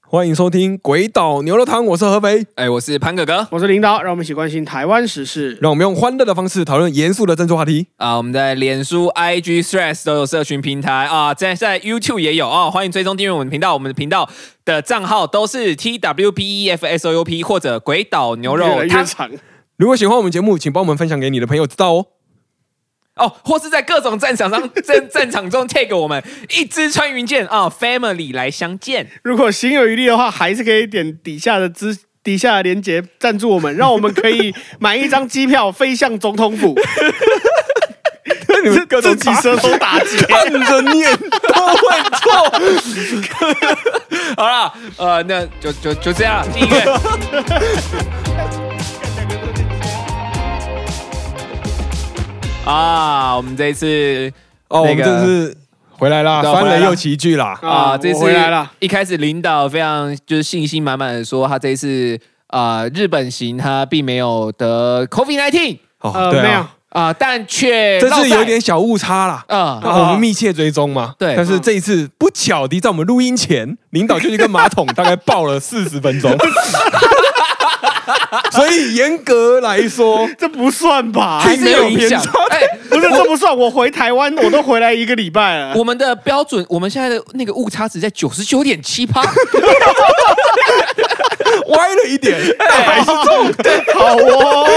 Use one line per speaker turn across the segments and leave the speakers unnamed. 欢迎收听《鬼岛牛肉汤》，我是合肥，
哎，我是潘哥哥
我是林导，让我们一起关心台湾时事。
让我们用欢乐的方式讨论严肃的政治话题。
啊，我们在脸书、IG、Threads 都有社群平台啊，在在 YouTube 也有啊，欢迎追踪订阅我们的频道，我们的频道的账号都是 T W P E F S O U P 或者鬼岛牛
越来
肉
越
汤
长，
如果喜欢我们节目，请帮我们分享给你的朋友知 道哦。
哦，或是在各种战场上战战场中 take 我们一支穿云箭啊，Family 来相见，
如果心有余力的话，还是可以点底下的资底下的链接赞助我们，让我们可以买一张机票飞向总 统府，
你们各
自己舌头 打结。
啊
按着念都会错。
好啦，呃，那就就就这样了，进音乐。 啊，我们这一次
哦，我们
那个
这次回来啦，
对啊
翻
回
了
来啦
又齐聚啦。
啊、
啊
这
我
次
回来了
一开始领导非常就是信心满满的说，他这一次啊、呃日本行他并没有得 COVID nineteen
哦，
呃，
对
没有
啊，，
啊、但却
这
落
次
赛
有一点小误差啦。
啊、
啊我们密切追踪嘛，
对
但是这一次不巧的，在我们录音前，领导就去跟马桶大概抱 了四十分钟， 所以严格来说，
这不算吧？
还没有影响
还是有偏差。
哎、
不是这不算。我回台湾，我都回来一个礼 拜了。
我们的标准，我们现在的那个误差值在九十九点七八，
歪了一点，
还是中，好哦，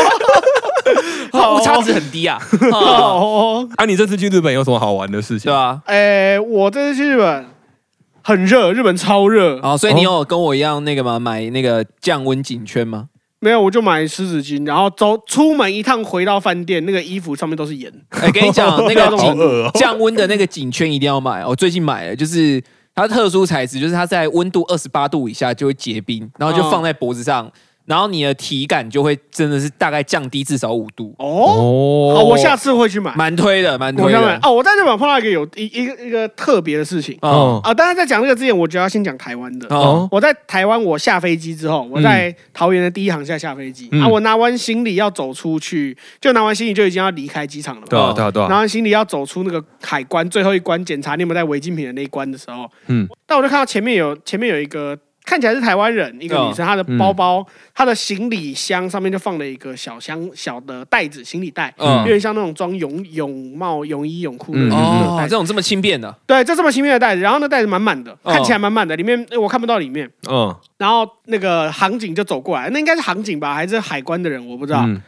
误差值很低啊，
好
啊
哦。
啊，你这次去日本有什么好玩的事情？
对啊吧、
哎，我这次去日本很热，日本超热。
啊？哦，所以你有跟我一样那个吗？买那个降温颈圈吗？
没有，我就买湿纸巾，然后走出门一趟，回到饭店，那个衣服上面都是盐。
哎、跟你讲，那个
好恶哦
颈降温的那个颈圈一定要买哦。我最近买了，就是它特殊材质，就是它在温度二十八度以下就会结冰，然后就
哦
放在脖子上，然后你的体感就会真的是大概降低至少五度，
哦，
哦
好，我下次会去买。
蛮推的，蛮
我
推
想买
的。
哦，我在日本碰到一个有一一个一个特别的事情
哦
哦
啊！当然，在讲这个之前，我就要先讲台湾的。
哦
我在台湾，我下飞机之后，我在桃园的第一航下下飞机、
嗯
啊，我拿完行李要走出去，就拿完行李就已经要离开机场了嘛。
对啊，对啊，对
拿
啊，
完行李要走出那个海关最后一关，检查你有没有带违禁品的那一关的时候，
嗯，
但我就看到前面有前面有一个看起来是台湾人，一个女
哦
生，她的包
嗯
包、她的行李箱上面就放了一个小箱小的袋子，行李袋。
嗯
有点像那种装泳泳帽、泳衣、泳裤的
嗯
那种
哦，
袋
这
子，
种这么轻便的，
对，就这么轻便的袋子，然后那袋子满满的，
哦
看起来满满的，里面呃我看不到里面。
嗯，
然后那个航警就走过来，那应该是航警吧，还是啊海关的人，我不知道。
嗯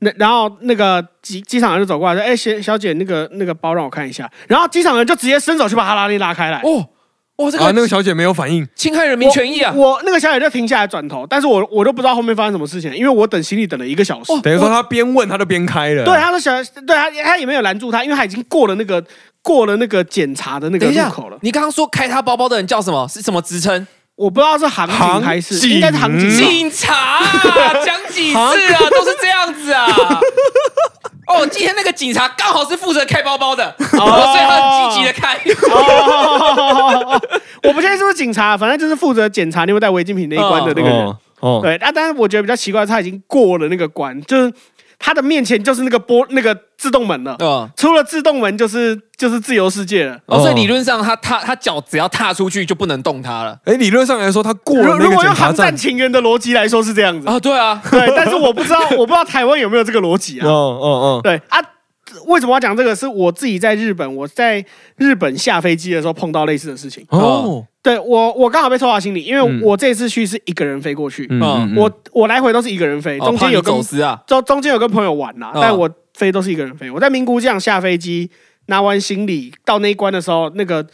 那然后那个机机场人就走过来说：“哎、小小姐，那个那个包让我看一下。”然后机场人就直接伸手去把哈拉力拉开来。
哦，哇，这
啊，那个
个
小姐没有反应，
哦
侵害人民权益啊！
我那个小姐就停下来转头，但是我我都不知道后面发生什么事情，因为我等行李等了一个小时。
等于说她边问她就边开了，
对，，她啊说小，对她她也没有拦住她，因为她已经过了那个过了那个检查的那个
等一
入
下
口了，。
你刚刚说开他包包的人叫什么？是什么职称？
我不知道是航
航
警还是
警
应该是航警吧。
警察啊讲几次啊，都是这样子 啊。哦，今天那个警察刚好是负责开包包的，哦，所以他很积极的 开。
哦，我不确定是不是警察，反正就是负责检查你有没有带违禁品那一关的那个人。
哦，哦，
对，啊，但是我觉得比较奇怪，他已经过了那个关，就是他的面前就是那个玻那个自动门
哦
了，
嗯，
出了自动门就是就是自由世界了。
哦，所以理论上他踏他脚只要踏出去就不能动他了。
哎，理论上来说，她过
如
了那
如
个
果用
检
《
查
航
站
站，情缘》的逻辑来说是这样子，
啊，对啊，
哦 对，但是我不知道，我不知道台湾有没有这个逻辑
哦
啊？
哦
对啊，为什么要讲这个？是我自己在日本，我在日本下飞机的时候碰到类似的事情。
哦，哦，
对我，我刚好被抽到行李，因
嗯
为我这次去是一个人飞过去，
嗯嗯嗯
我我来回都是一个人飞，
哦
哎中
怕
间
你
有跟
走私啊。
中中间有跟朋友玩啦、
嗯
但我飞都是一个人飞。我在名古屋这样下飞机，拿完行李到那一关的时候，那个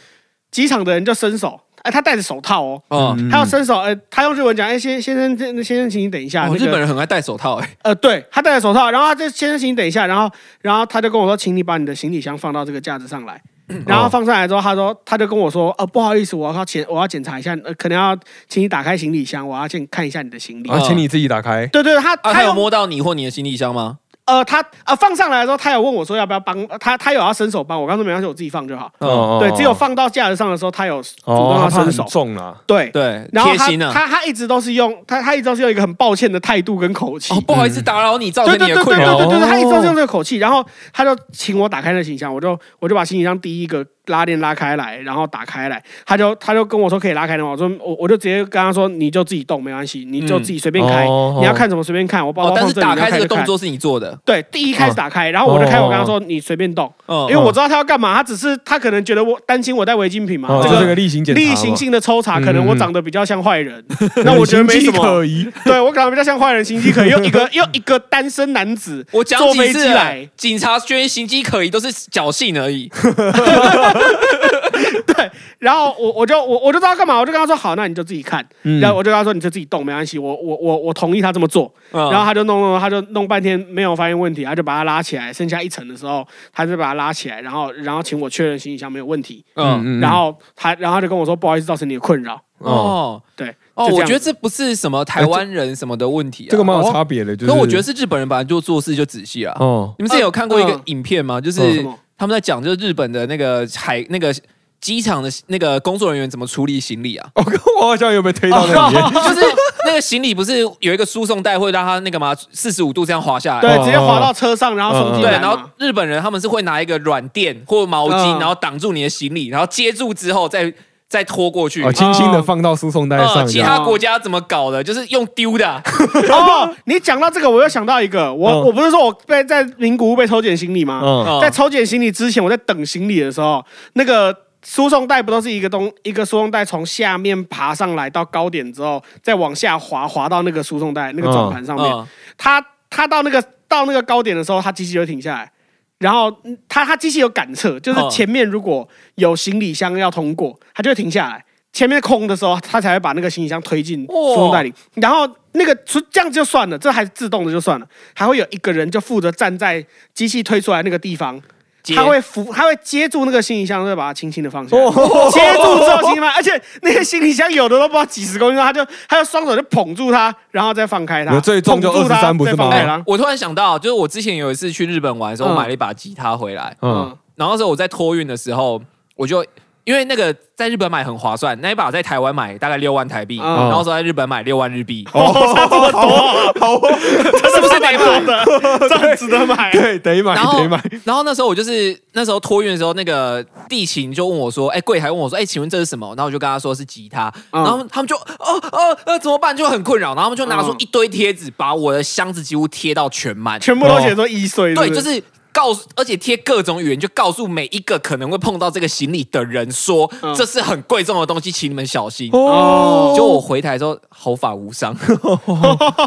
机场的人就伸手，哎、他戴着手套哦，
哦，
嗯
他要伸手，哎、他用日文讲，哎、先先生，先先生，请你等一
哦
下。那个
日本人很爱戴手套哎。
呃，对他戴着手套，然后他就先生，请你等一下，然后然后他就跟我说，请你把你的行李箱放到这个架子上来。然
哦啊
后放上来之后，他说，他就跟我说，呃，不好意思，我要检，我要检查一下，呃，可能要请你打开行李箱，我要先看一下你的行李。
哦啊，请你自己打开，
对对，他
啊，他有
用
摸到你或你的行李箱吗？
呃，他呃放上来的时候，他有问我说要不要帮他，他有要伸手帮我，我刚说没关系，我自己放就好。
哦
对，只有放到架子上的时候，他有主动
哦，
要
他怕
伸
很
手。
重啦，
对，
对，
然后
贴
他
心啊。
他他一直都是用他他一直都是用一个很抱歉的态度跟口气。
哦，不好意思打扰你，造
对
成
对
你
对
的
对对
困扰。
对对，
哦
他一直都是用这个口气，然后他就请我打开那行李箱，我就我就把行李箱第一个拉链拉开来，然后打开来，他就他就跟我说可以拉开的嘛，我说我我就直接跟他说你就自己动没关系，你就自己随便开，
哦
你要看什么随便看，我包
哦
包，
但
放
是
这里
打
你要
开
开
这个
就
动
看
作是你做的，
对，第一开始打开，然后我就开，我跟他说你随便动，
嗯，
因为我知道他要干嘛，他只是他可能觉得我担心我带违禁品嘛，
哦，
嗯这
就这
个
个例行检查嘛，
例行性的抽查，可能我长得比较像坏人，那我觉得没什
形迹嗯
么，
可疑，
对我长得比较像坏人，心机可疑，又一个又一个单身男子。
我讲
坐
几
飞
次
机
了
来，
警察觉得形迹可疑都是侥幸而已。
然后我我就我我就知道干嘛，我就跟他说好，那你就自己看。
嗯
然后我就跟他说你就自己动，没关系，我我我我同意他这么做。
然
嗯
然后他就弄弄，他就弄半天没有发现问题，他就把它拉起来，剩下一层的时候，他就把它拉起来，然后然后请我确认行李箱没有问题。
嗯
嗯
然后他然后他就跟我说不好意思造成你的困扰，
哦，
哦
对。
哦，
就这
我
样
觉得这不是什么台湾人什么的问题啊，
这个蛮有
哦
差别的，就是，
可我觉得是日本人本来就做事就仔细啊。
哦，
你们之前有看过一个
嗯
影片吗？就
嗯
是
什么
他们在讲，就是日本的那个海那个机场的那个工作人员怎么处理行李啊？
我哦我好像有被推到那
哦
里面，
就是那个行李不是有一个输送带会让它那个嘛四十五度这样滑下来？
对，
哦嗯
直接滑到车上，然后送进
对，
来
然后
嘛。
日本人他们是会拿一个软垫或毛巾，
嗯
然后挡住你的行李，然后接住之后再再拖过去
哦，。轻轻的放到输送带
呃，
上，
其
这样
他国家怎么搞的？就是用丢的啊，
哦，你讲到这个，我又想到一个，我、
嗯
我不是说我被在名古屋被抽检行李吗？
嗯，
嗯
在抽检行李之前，我在等行李的时候，那个输送带不都是一个东一个输送带从下面爬上来到高点之后，再往下滑滑到那个输送带那个转盘上面，
嗯
它它到那个到那个高点的时候，它机器就会停下来。然后嗯它它机器有感测，就是
嗯
前面如果有行李箱要通过，它就会停下来。前面空的时候，它才会把那个行李箱推进
哇
输送带里。然后那个除这样就算了，这还是自动的就算了，还会有一个人就负责站在机器推出来那个地方，
接
他会扶，他会接住那个行李箱，再把它轻轻的放下来。
哦
接住之后轻轻放，而且那个行李箱有的都不知道几十公斤重，他就他就双手就捧住它，然后再放开它。
有最重就
捧住它
23不是
再放
吗
开
哎
它。
我突然想到，就是我之前有一次去日本玩的时候，我
嗯
买了一把吉他回来，
嗯，
然后那时候我在托运的时候，我就因为那个在日本买很划算，那一把在台湾买大概六万台币，
嗯
然后说在日本买六万日币，
哦，差这么多，
是 不是得
太
买
多？的，嗯这很值得买。
对，得买
然后
得买，
然后那时候我就是那时候托运的时候，那个地勤就问我说：“哎、柜台问我说，哎、请问这是什么？”然后我就跟他说是吉他，
嗯
然后他们就哦哦呃怎么办？就很困扰，然后他们就拿出
嗯
一堆贴纸，把我的箱子几乎贴到全满，
全部都写说一岁，
对，
不
就是告诉，而且贴各种语言，就告诉每一个可能会碰到这个行李的人说，
嗯
这是很贵重的东西，请你们小心。
哦
就我回台之后毫发无 伤，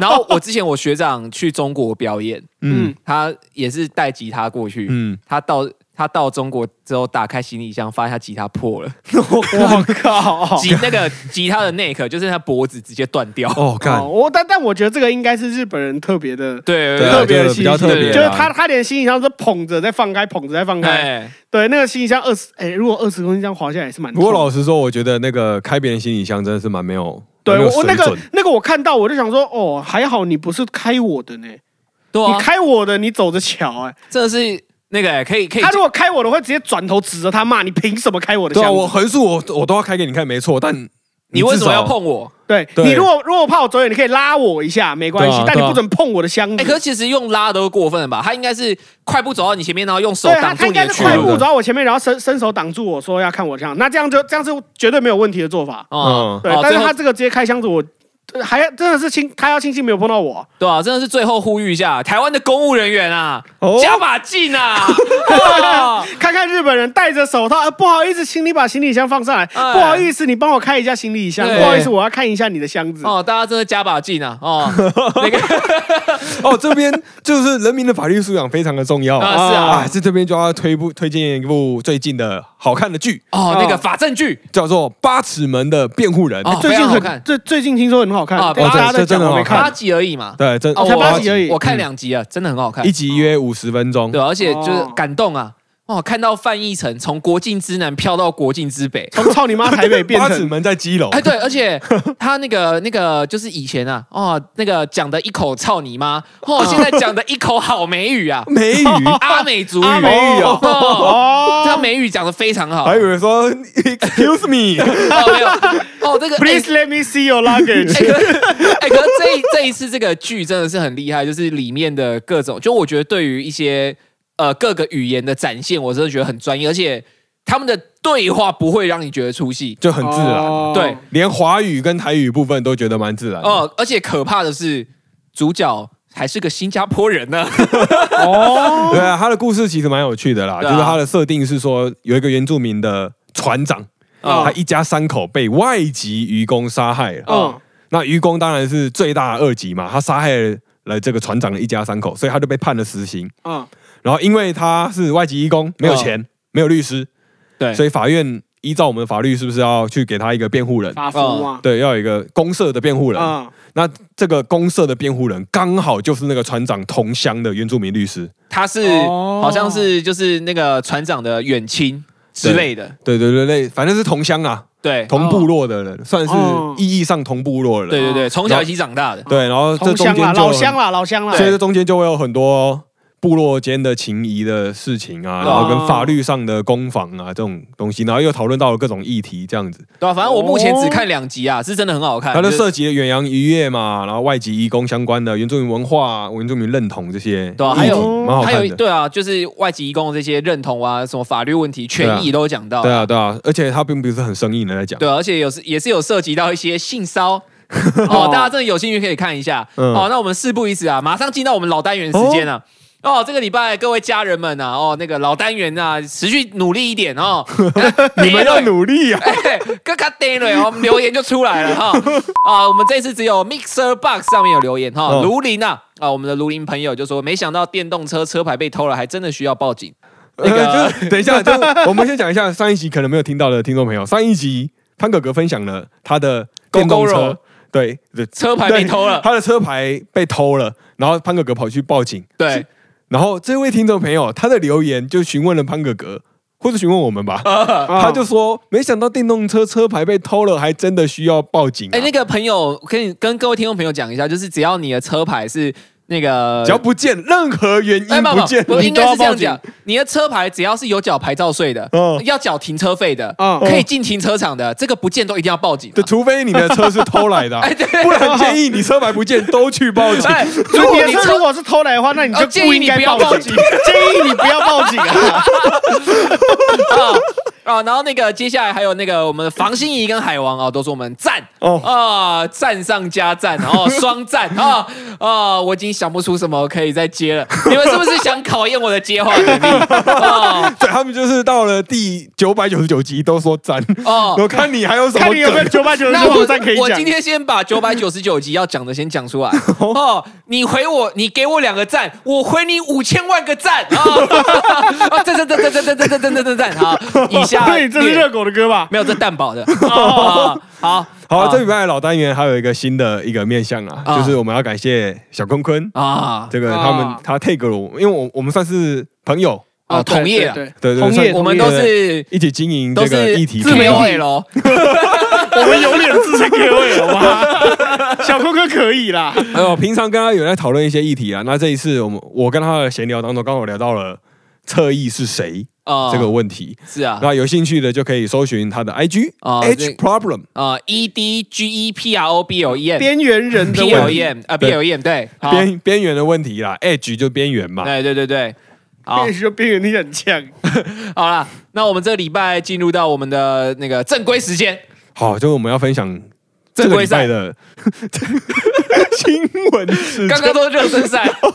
然后我之前我学长去中国表演，
嗯
他也是带吉他过去，
嗯，
他到他到中国之后打开行李箱，发现他吉他破了，
嗯
我靠。
吉那个吉他的 neck 就是他脖子直接断掉，
哦，干
哦，，我但但我觉得这个应该是日本人特别的，
对
对啊
特别的
这个
细
比较
心
特别啦，
就是他他连行李箱都捧着再放开，捧着再放开，
哎，
对，那个行李箱二十，哎，如果二十公斤这样滑下来也是蛮
不
痛的。
过老实说，我觉得那个开别人行李箱真的是蛮没有，
对
蛮没有
我我那
水
个
准
那个我看到我就想说，哦，还好你不是开我的呢，
对
你
啊，
开我的你走着瞧哎、
这是那个哎可以可以
他如果开我的会直接转头指着他骂你凭什么开我的
对啊，
箱
我
子？
横竖我我都要开给你看，没错，但
你为什么要
至少？
碰我？
对
对
你如果如果怕我走远，你可以拉我一下没关系，
对啊
但你
对啊
不准碰我的箱子。
哎、可是其实用拉都是过分了吧？他应该是快步走到你前面，然后用手
对他
挡住
他应
你
该
的
是
去
快
路
步
的。
走到我前面，然后伸伸手挡住我说要看我这样，那这样就这样是绝对没有问题的做法。
嗯
哦
对，
哦
但是
最后
他这个直接开箱子我。呃还真的是庆，他要庆幸没有碰到我。
对啊，真的是最后呼吁一下，台湾的公务人员啊，
哦
加把劲啊！哦
看看日本人戴着手套，呃不好意思，请你把行李箱放上来。
哎
不好意思，你帮我开一下行李箱。
对
不好意思，我要看一下你的箱子。
哦，大家真的加把劲啊！哦，那个
哦，这边就是人民的法律素养非常的重要
啊是啊
在这边就要推部推荐一部最近的好看的剧，
哦，那个法证据
叫做《八尺门的辩护人》
哦
最近
非常好看
很最最近听说很好看
啊，
大家
这
在
真
讲
的
我没
好看
八
看。
集而已嘛，
对，这
哦
才
我
八集而已嗯
我看两集啊，真的很好看
一，集约五十分钟，
对，而且就是感动啊。哦，看到范逸臣从国境之南飘到国境之北，
从操你妈台北变
八 子
成
门在基隆，
哦
哎，，对，而且他那个 那个就是以前啊，哦，那个讲的一口操你妈，哦，现在讲的一口好美语啊
梅雨，
阿美族语，
哦阿美啊
语哦
哦，他
哦哎
美语讲的非常好，
还以为说 excuse me，
哦，没有，哦， 这个
，Please let me see your
哎
luggage。
可是哎，可是这一这一次这个剧真的是很厉害，就是里面的各种，就我觉得对于一些呃各个语言的展现，我真的觉得很专业，而且他们的对话不会让你觉得出戏。
就很自然，
哦
对
连华语跟台语部分都觉得蛮自然的。
哦，而且可怕的是，主角还是个新加坡人呢。
哦，
对啊，他的故事其实蛮有趣的啦，
对
就
啊
是他的设定是说有一个原住民的船长，
哦
他一家三口被外籍渔工杀害了。
哦
嗯，
那渔工当然是最大的恶极嘛，他杀害了这个船长的一家三口，所以他就被判了死刑。
嗯，
然后因为他是外籍义工，没有钱，没有律师，
对
所以法院依照我们的法律，是不是要去给他一个辩护人？
发疯啊，
对，要有一个公社的辩护人。
嗯，
那这个公社的辩护人刚好就是那个船长同乡的原住民律师。
他是、
哦
好像是就是那个船长的远亲之类的，
对对对对，反正是同乡啊，
对
同部落的人，算是
哦
意义上同部落的人。
对对对，从小一起长大的，
对然后这中
同乡啦，
间就
老乡啊啦，老乡啦，
所以这中间就会有很多部落间的情谊的事情啊，
哦
然后跟法律上的攻防啊这种东西，然后又讨论到了各种议题这样子。
对吧、啊反正我目前只看两集啊，是真的很好看。
它就
就是
涉及了远洋渔业嘛，然后外籍移工相关的原住民文化、原住民认同这些议题，
对啊还有
蛮好
还
看
有
的。
对啊，就是外籍移工的这些认同啊，什么法律问题、权益都有讲到，
对啊，对啊，而且它并不是很生硬的在讲，
对啊而且有也是有涉及到一些性 骚哦，大家真的有兴趣可以看一下。
嗯
哦，那我们事不宜迟啊，马上进到我们老单元时间了、哦，这个礼拜各位家人们啊，哦，那个老单元啊，持续努力一点哦。
你们要努力啊！
哎，哥卡呆了，我们哦留言就出来了哈。啊，我们这次只有 Mixer Box 上面有留言哈。
嗯
卢林啊，啊，我们的卢林朋友就说，没想到电动车车牌被偷了，还真的需要报警。那个
呃 就是等一下，就是我们先讲一下上一集可能没有听到的听众朋友，上一集潘哥哥分享了他的电动
GoGoRo
车，对对，
车牌被偷了
对他的车牌被偷了，然后潘哥哥跑去报警，
对，
然后这位听众朋友他的留言就询问了潘哥哥，或者询问我们吧，
嗯啊
他就说没想到电动车车牌被偷了，还真的需要报警、啊
哎，，那个朋友，我跟你跟各位听众朋友讲一下，就是只要你的车牌是那个
只要。不见任何原因
哎，不
不见
不，不
你
应
都
该
要
是这
报
样
警
讲。。你的车牌只要是有缴牌照税的
嗯，
要缴停车费的
嗯，
可以进停车场的，这个不见都一定要报警啊。
对，除非你的车是偷来的啊、
哎对
不然建议你车牌不见都去报警。
哎，
如
如
果
果
你
你
的
车
车如果是偷来的话，那你
呃
就
建议
不
你
应该
不要报
警，
警
建议你不要报警 啊。
啊，然后那个接下来还有那个我们的房心怡跟海王啊，都是我们赞
哦
啊，赞上加赞，然后双赞啊啊，我已经想不出什么可以再接了。你们是不是想考验我的接话能力？啊
对他们就是到了第九百九十九集都说赞，
哦。
我看你还有什么
看你有没有
梗
九百九十
那
九
我
网站可以
我
讲
今。天先把九百九十九集要讲的先讲出来哦，你回我，你给我两个赞，我回你五千万个赞啊！啊，赞赞赞赞赞赞赞赞赞赞赞赞！好，以下
对，这是
列
热狗的歌吧？
没有这蛋堡的啊，好
好、
啊
这礼拜的老单元还有一个新的一个面向啊，
啊
就是我们要感谢小坤坤，
啊，
这个
啊
他们、他 take 了我，因为我我们算是朋友，
啊，
对
同业啊，
对，
对对
同
算
业
我们
同
都
业
是
一起经营
都
这个
是
议题
自媒体喽。
我们有脸自称各位，好 吗？小坤哥可以啦，
还有哎平常跟他有在讨论一些议题啊，那这一次我们我跟他的闲聊当中刚好聊到了侧翼是谁、
啊
这个问题，
是啊
那有兴趣的就可以搜寻他的 IG、
啊这
H problem。
啊，E D G E P R O B L E M
边缘人的
P
问
L
题
E。M 啊 B
对
L E M 对，好哎
边边缘的问题啦，edge 就边缘嘛。
对对对对，好
也许就边缘你很强，
好啦，那我们这个礼拜进入到我们的那个正规时间，
好，就是我们要分享这
正
个
规
礼
赛
拜的 新闻事
刚
件。
刚都是热 身赛
哦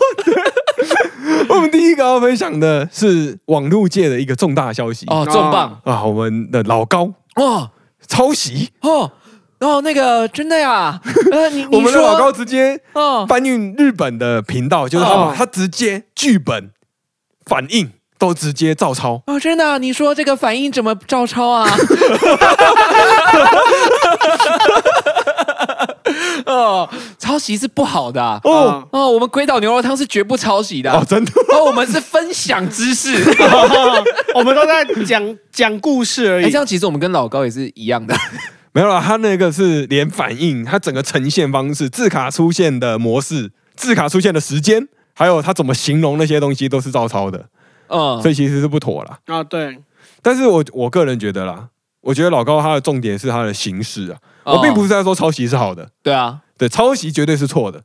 我们第一个要分享的是网络界的一个重大消息
哦，重磅
啊，我们的老高
哦
抄袭，
哦。然后那个真的呀，呃，你
我
你
们的老高
说，
直接
哦
搬运日本的频道，就是他把他直接剧本反应都直接照抄。
哦，真的啊，你说这个反应怎么照抄啊？ 哦，抄袭是不好的啊、
哦
哦，
哦，我们龟岛牛肉汤是绝不抄袭的啊、
哦，真的，
哦，我们是分享知识。
哦 我们都在讲讲故事而
哎、
已
这。样其实我们跟老高也是一样的。
没有啦，他那个是连反应，他整个呈现方式、字卡出现的模式、字卡出现的时间，还有他怎么形容那些东西，都是照抄的，
嗯，
所以其实是不妥啦。
啊，对，
但是我我个人觉得啦，我觉得老高他的重点是他的形式啊，
哦
我并不是在说抄袭是好的，
对啊，
对，抄袭绝对是错的。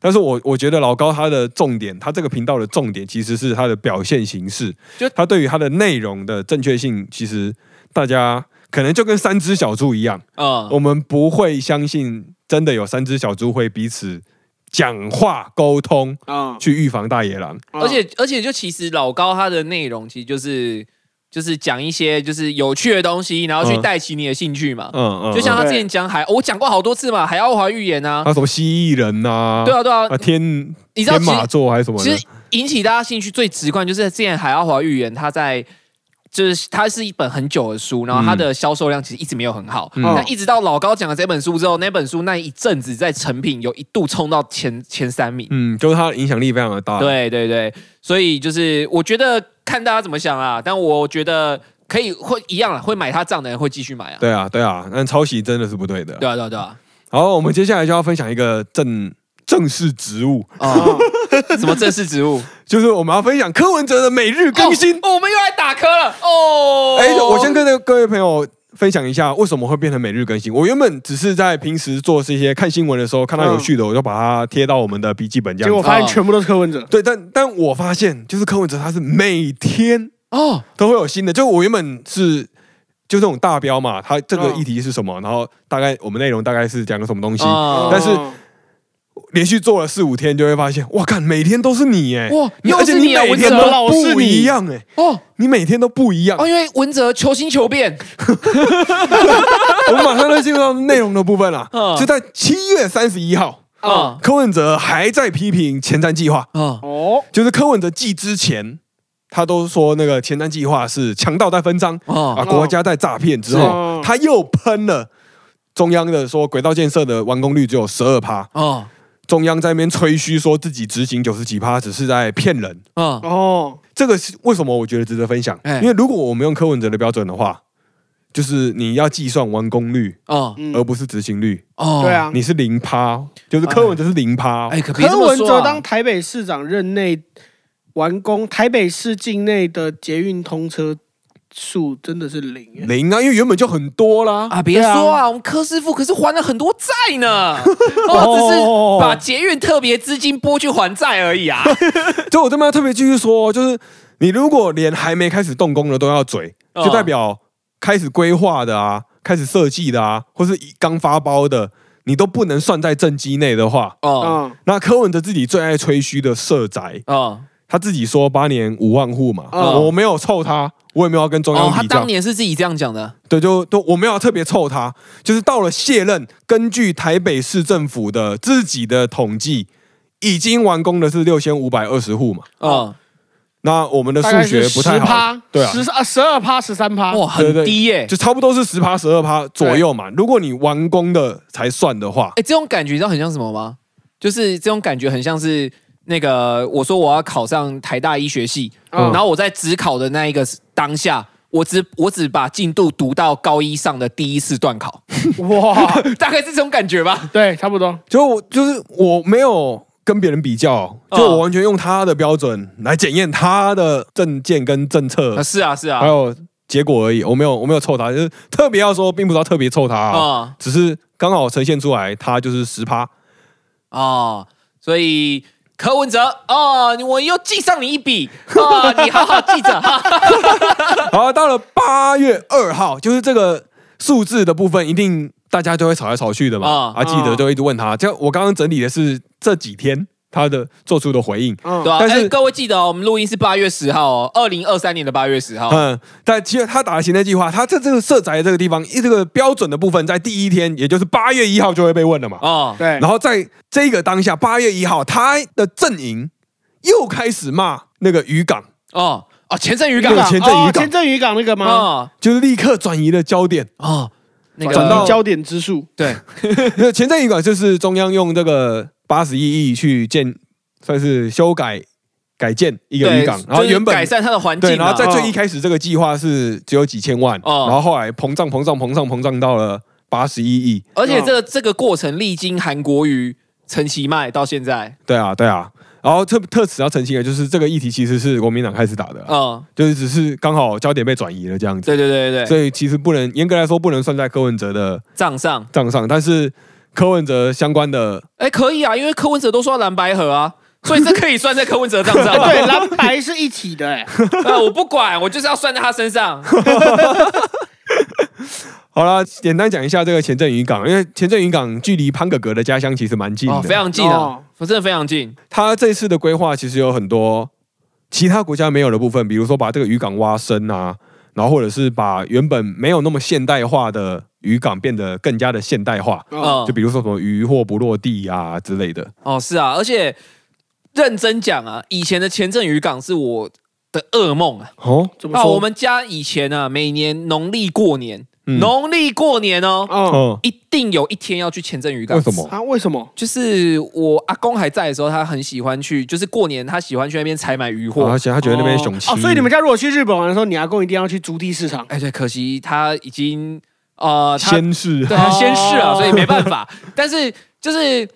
但是我我觉得老高他的重点，他这个频道的重点其实是他的表现形式，
就
他对于他的内容的正确性，其实大家可能就跟三只小猪一样，
嗯，
我们不会相信真的有三只小猪会彼此讲话沟通，
啊，
去预防大野狼。
而且而且就其实老高他的内容其实就是就是讲一些就是有趣的东西，然后去
嗯
带起你的兴趣嘛。
嗯嗯，
啊就像他
嗯
之前讲海，我讲过好多次嘛，海奥华预言啊
还，有什么蜥蜴人呐、
对啊对啊，
啊天
你知道
天
其
马
实
座还是什么的
其，实引起大家兴趣最直观就是之前海奥华预言，他在就是它是一本很久的书，然后它的销售量其实一直没有很好。
嗯
那一直到老高讲了这本书之后，那本书那一阵子在成品有一度冲到前前三名。
嗯，就是他的影响力非常的大。，
对啊对对，所以就是我觉得看大家怎么想啦，但我觉得可以会一样啦，会买他账的人会继续买啊。
对啊，对啊，但抄袭真的是不对的。
对啊对啊 对啊，
好，我们接下来就要分享一个正正式职务，
哦，什么正式职务
就是我们要分享柯文哲的每日 更新。
哦，我们又来打磕了哦。
哎、我先跟各位朋友分享一下为什么会变成每日更新。我原本只是在平时做这些看新闻的时候看到有趣的，我就把它贴到我们的笔记本这
结
样
果
子。
发现全部都是柯文哲。
对，但但我发现就是柯文哲他是每天
哦，
都会有新的，就我原本是。就那种大标嘛，它这个
嗯
议题是什么？然后大概我们内容大概是讲个什么东西？
哦
但是连续做了四五天，就会发现，哇，看每天都是你哎，
哇
你
又
而且
是
你
你啊
每天
文
都
哲
老是
不
你
一样哎，
哦
你每天都不一样
哦，。因为文哲求新求变，
我们马上就进入到内容的部分了
嗯，
就在七月三十一号，
哦
啊
柯文哲还在批评前瞻计划，
啊
哦，
就是柯文哲继之前，他都说那个前瞻计划是强盗在分赃啊，
啊！
国家在诈骗之
嗯
后，他又喷了中央的说轨道建设的完工率只有十二趴，
哦
中央在那边吹嘘说自己执行九十几趴，只是在骗人。
哦
哦，
这个是为什么我觉得值得分享？
哎
因为如果我们用柯文哲的标准的话，就是你要计算完工率，
哦
嗯
而不是执行率，
哦！
对，啊，
你是零趴，就是柯文哲是零趴。
哎，可别这
柯
么
文
说
哲
啊
当台北市长任内完工，台北市境内的捷运通车数真的是零耶。
零啊，因为原本就很多啦。
哎啊！别说啊，我们柯师傅可是还了很多债 呢，哦，只是把捷运特别资金拨去还债而已 啊。
就我这边要特别继续说哦，就是你如果连还没开始动工的都要嘴，
哦
就代表开始规划的啊，开始设计的啊，或是刚发包的，你都不能算在政绩内的话，
哦
嗯
那柯文哲自己最爱吹嘘的社宅，
哦
他自己说八年五万户嘛，
啊
嗯
我没有凑他，我也没有要跟中
哦
央，
他
比较，
当年是自己这样讲的
对，就都我没有要特别凑他，就是到了卸任，根据台北市政府的自己的统计，已经完工的是六千五百二十户嘛，
哦，
那我们的
大概
数
是
学不太
10
好
趴，
对啊，
十啊十二趴十三趴，
哇，
对
很
对
低耶。
就差不多是十趴十二趴左右嘛。如果你完工的才算的话，
哎，这种感觉你知道很像什么吗？就是这种感觉很像是那个我说我要考上台大医学系，
嗯
然后我在只考的那一个当下，我只我只把进度读到高一上的第一次段考，
哇，
大概是这种感觉吧。
对，差不多。
就我就是我没有跟别人比较，
哦
就
嗯
我完全用他的标准来检验他的政见跟政策
啊，是啊，是
还
啊，
有结果而已。我没有，我没有凑他，就是特别要说，并不知道特别凑他、啊，
啊
只是刚好呈现出来，他就是十趴。
啊，所以。柯文哲哦，我又记上你一笔哦，你好好记着哈。
好，到了八月二号，就是这个数字的部分，一定大家就会吵来吵去的嘛。
啊
啊，记者就一直问他，就我刚刚整理的是这几天他的做出的回应。
嗯，
对啊，
但是
哎各位记得哦，我们录音是八月十号哦，二零二三年的八月十号。哦
嗯，但其实他打了行政计划，他在这个社宅这个地方，一这个标准的部分，在第一天，也就是八月一号就会被问了嘛。
哦，
对，
然后在这个当下，八月一号，他的阵营又开始骂那个渔港，
哦，哦，前阵渔
对
港
前阵渔港
哦前阵渔港那个吗？
哦
就是立刻转移了焦点。
哦，那个
转到
焦点 之术，
对
那前瞻移管就是中央用这个八十一亿去建，算是修改改建一个渔
对，
港，
就
然后
是
原本
改善它的环境
对，
嘛，
然后在
哦
最一开始这个计划是只有几千万，
哦
然后后来膨胀膨胀膨胀膨胀到了八十一亿，
而且这个这个过程历经韩国瑜、陈其迈到现在，
对啊对啊。然后特特此要澄清的就是，这个议题其实是国民党开始打的啊，
嗯，
就是只是刚好焦点被转移了这样子，
对对对对对，
所以其实不能严格来说不能算在柯文哲的
账上，
账上，但是柯文哲相关的
哎，可以啊，因为柯文哲都说蓝白河啊，所以这可以算在柯文哲账上
哎
吧。
对，蓝白是一体的，哎，
呃，我不管，我就是要算在他身上。
好啦，简单讲一下这个前镇渔港，因为前镇渔港距离潘哥哥的家乡其实蛮近的。
哦，非常近啊
哦，
我真的非常近。
他这次的规划其实有很多其他国家没有的部分，比如说把这个渔港挖深啊，然后或者是把原本没有那么现代化的渔港变得更加的现代
哦
化，
嗯
就，比如说什么渔获不落地啊之类的。
哦，是啊，而且认真讲啊，以前的前镇渔港是我的噩梦啊。
哦，
怎么
啊，
说？
我们家以前啊，每年农历过年，
嗯
农历过年哦，
哦，
嗯，
一定有一天要去前镇渔港。
为什么？
啊，为什么？
就是我阿公还在的时候，他很喜欢去，就是过年他喜欢去那边采买渔
啊
货
而。且他觉得那边雄
哦
奇，
所以你们家如果去日本玩的时候，你阿公一定要去足地市场。
哎，对，可惜他已经呃，他
先是
对，他先试了，
哦
所以没办法。但是就是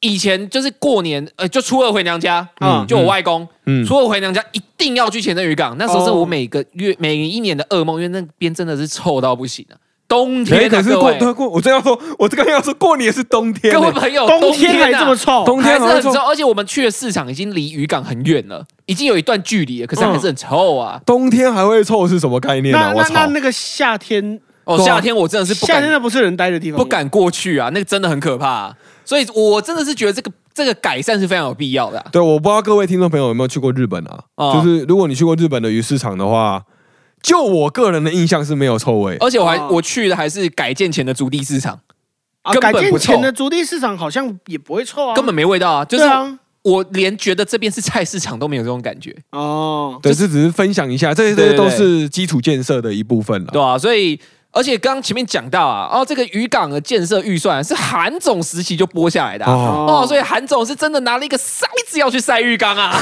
以前就是过年，呃，就初二回娘家，
嗯
嗯，就我外公，
嗯，
初二回娘家一定要去前镇渔港。那时候是
哦
我每个月每一年的噩梦，因为那边真的是臭到不行啊，冬
哎，
天
可
啊，
是
各
过
位
对过，我正要说，我刚刚要说过年是冬天
各位
欸，
朋友，
冬天还
啊
这么臭，
冬
还
天
是
好像
很
说
臭，而且我们去的市场已经离渔港很远了，已经有一段距离了，可是还是很臭啊！
冬天还会臭是什么概念
那
啊？我
那那
操！
那个夏天，
哦，
对啊
夏天我真的是不
夏天
敢
那不是人待的地方，
不。敢过去啊，那个真的很可怕啊、所以我真的是觉得这个这个改善是非常有必要的啊、
对，我不知道各位听众朋友有没有去过日本啊？
哦
就是如果你去过日本的鱼市场的话，就我个人的印象是没有臭味。
而且我还、
哦
我去的还是改建前的足地市场，
啊，
根本
改
不臭
建前的足地市场好像也不会臭啊，
根本没味道啊！就是
对啊，
我连觉得这边是菜市场都没有这种感觉，
哦，
对，这只是分享一下，这
对
些
对
都是基础建设的一部分了。
对啊，所以。而且刚刚前面讲到啊，哦，这个渔港的建设预算是韩总时期就拨下来的啊、
哦，
哦，所以韩总是真的拿了一个塞子要去塞浴缸啊！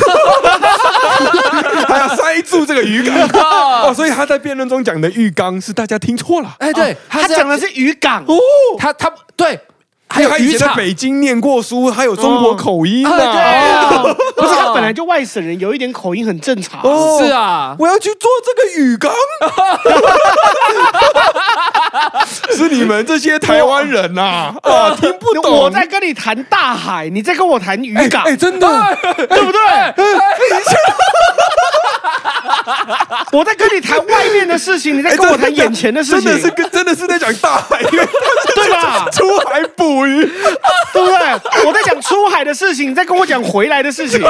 还要塞住这个鱼 缸 哦，所以他在辩论中讲的浴缸是大家听错了。
哎，对，
他
是要
讲的是渔港，
他他对，
因
哎哦还有
为他以
渔
前在
场，
北京念过书，还有中国口音
哦对
啊。
啊
不是他本来就外省人，有一点口音很正常。
哦
是啊，
我要去做这个浴 缸，是你们这些台湾人呐 啊，听不懂。
我在跟你谈大海，你在跟我谈渔港
哎、，真的，
对不对？ 我在跟你谈外面的事情，你哎在跟我谈眼前的事情，
哎真的是跟真的是在讲大海，因为
对吧？
出海捕鱼，
对不对？我在讲出海的事情，你在跟我讲回来的事情。
一切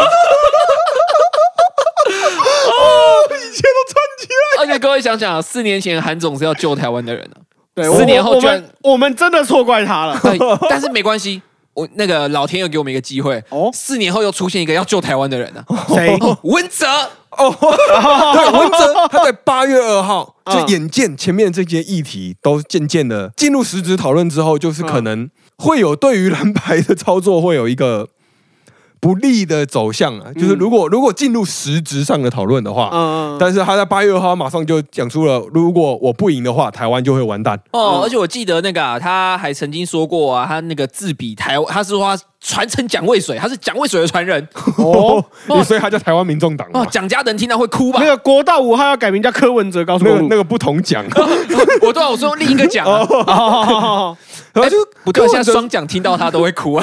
都串起来。
而且各位想想，四年前韩总是要救台湾的人啊，
对，
四年
我
后
我
居然
们我们真的错怪他了。
哎但是没关系，我那个老天又给我们一个机会，
哦
四年后又出现一个要救台湾的人啊，
谁？
哦文哲，
对，文哲他在八月二号啊就
嗯
眼见前面这些议题都渐渐的进入实质讨论之后，就是可能会有对于蓝牌的操作会有一个。不利的走向啊，就是如果如果进入实质上的讨论的话，
嗯，
但是他在八月二号马上就讲出了，如果我不赢的话，台湾就会完蛋。
哦，
嗯
而且我记得那个啊，他还曾经说过啊，他那个自比台，他是说他传承蒋渭水，他是蒋渭水的传人，
哦， 所以他叫台湾民众党嘛
哦，蒋家人听到会哭吧
那？个国道五号要改名叫柯文哲高速
那个
公
那
路。
个不同讲，
我对啊，我说另一个蒋啊，哎
哦，
然 后就
不对，
柯
现
文哲
在双蒋听到他都会哭啊。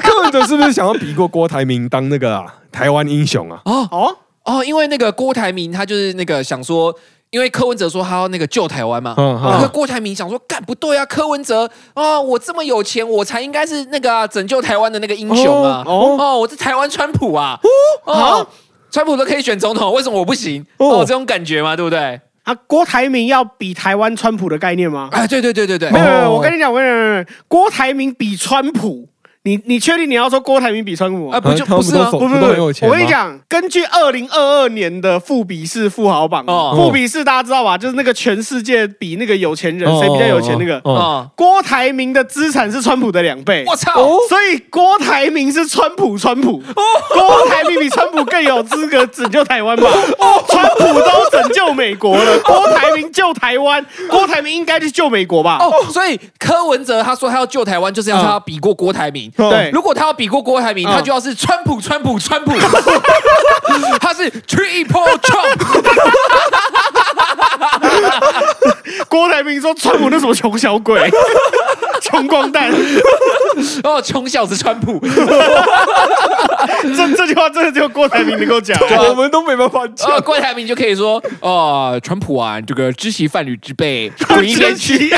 柯文哲是不是想要比过郭台铭当那个、啊、台湾英雄啊？
哦，
哦，因为那个郭台铭他就是那个想说，因为柯文哲说他要那个救台湾嘛，
嗯嗯
那个郭台铭想说，干不对啊，柯文哲啊、我这么有钱，我才应该是那个啊、拯救台湾的那个英雄啊，哦
哦哦
我是台湾川普啊，哦。
啊
川普都可以选总统，为什么我不行？
哦
哦，这种感觉嘛，对不对？
啊，郭台铭要比台湾川普的概念吗？
哎，对对对对对
没，有，没有，
哦
我跟你讲，我跟你讲，郭台铭比川普你你确定你要说郭台铭比川普
啊
吗？
不就
他
不
们
是
都
吗
手
不
不
不
都很有
不，
钱
我
吗
跟你，讲，根据二零二二年的富比士富豪榜，
哦
富比士大家知道吧？就是那个全世界比那个有钱人谁比较有钱那个，
哦哦
啊，
郭台铭的资产是川普的两倍。
我操！
所以郭台铭是川普，川普，
哦
郭台铭比川普更有资格拯救台湾吧？
哦
川普都拯救美国了，郭台铭救台湾，郭台铭应该去救美国吧？
哦，所以柯文哲他说他要救台湾，就是要他要比过郭台铭。
哦
对
如果他要比过郭台铭，
嗯
他就要是川普，川普，川普，他是 triple Trump，
郭台铭说川普那什么穷小鬼， 穷光蛋，
哦，穷小子川普，
这这句话真的只有郭台铭能够讲。
对 我们都没办法讲
哦，。郭台铭就可以说，哦，川普啊，这个知其伴侣之辈，滚一边去。
奇，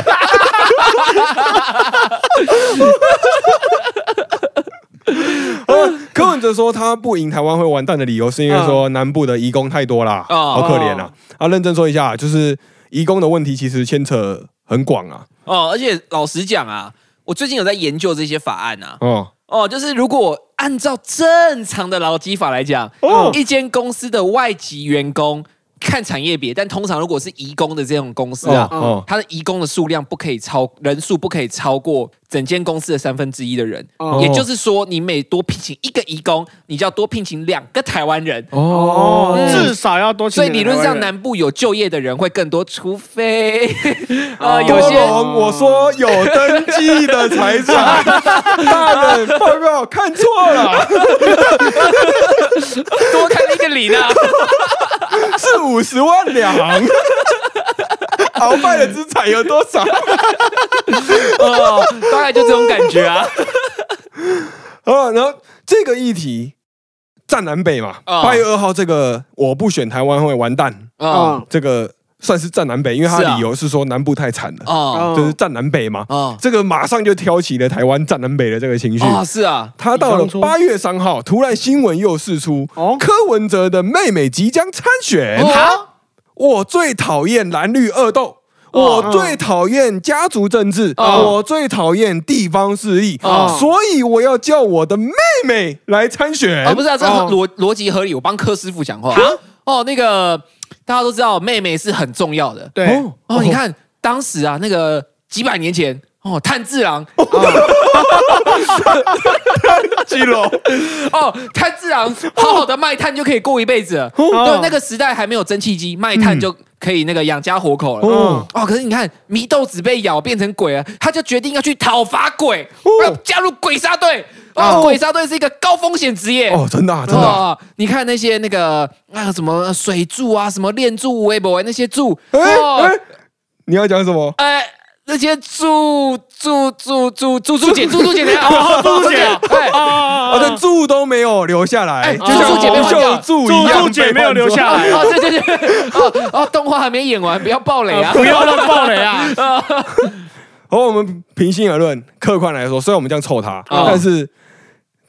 呃柯文哲说他不赢台湾会完蛋的理由，是因为说南部的移工太多啦，
嗯
好可怜啊！啊，认真说一下，就是移工的问题其实牵扯很广啊。
哦，而且老实讲啊，我最近有在研究这些法案啊，
哦
哦，就是如果按照正常的劳基法来讲，
哦
一间公司的外籍员工看产业别，但通常如果是移工的这种公司啊，
哦
它的移工的数量不可以超人数不可以超过整间公司的三分之一的人，
哦
也就是说，你每多聘请一个移工，你就要多聘请两个台湾人。
哦
哦，
嗯
至少要多请
所以
点
理
台湾人。
论上，南部有就业的人会更多，除 非
哦
呃
多
有些
隆，我说有登记的财 产，大人报告看错了，
多开了一个零啊。
是五十万两。鳌拜的资产有多少？
哦，大概就这种感觉 啊。
啊，然后这个议题占南北嘛，
啊
八月二号这个我不选台湾会完蛋，
嗯
啊
这个算是占南北，因为他
是啊
理由是说南部太惨了，
啊
哦
就是占南北嘛。
啊
这个马上就挑起了台湾占南北的这个情
嗯
绪。
啊！是啊，
他到了
你说说
八月三号，突然新闻又释出，
哦
柯文哲的妹妹即将参选。
啊
哦
我最讨厌蓝绿恶斗。
哦
我最讨厌家族政治，
哦
我最讨厌地方势力，
哦
所以我要叫我的妹妹来参选。
啊，不是啊，这
哦
逻逻辑合理。我帮柯师傅讲话
啊。
哦，那个大家都知道，妹妹是很重要的。
对，
哦
哦，你看当时啊，那个几百年前。哦，炭治郎
基隆，
哦，炭治郎好好的卖炭就可以过一辈子了。对，那个时代还没有蒸汽机，卖炭就可以那个养家活口了。
哦
哦，可是你看，祢豆子被咬变成鬼了，他就决定要去讨伐鬼，
哦
要加入鬼杀队。
哦
哦，鬼杀队是一个高风险职业。
哦，真的啊真的啊，
哦，你看那些那个那个什么水柱啊，什么炼柱、微博那些柱，
哎
哦，
哎，你要讲什么？
哎，那些柱柱柱柱柱柱姐、柱柱姐，柱
柱姐
哎，
哦
啊，这柱都没有留下来，
哎
就像
柱姐被
洪
换掉
秀柱一样，
柱姐没有留下 来
哦，对对对，哦哦，动画还没演完，不要暴雷啊！
不要乱爆雷啊！
而我们平心而论，客观来说，虽然我们这样臭他，
哦
但是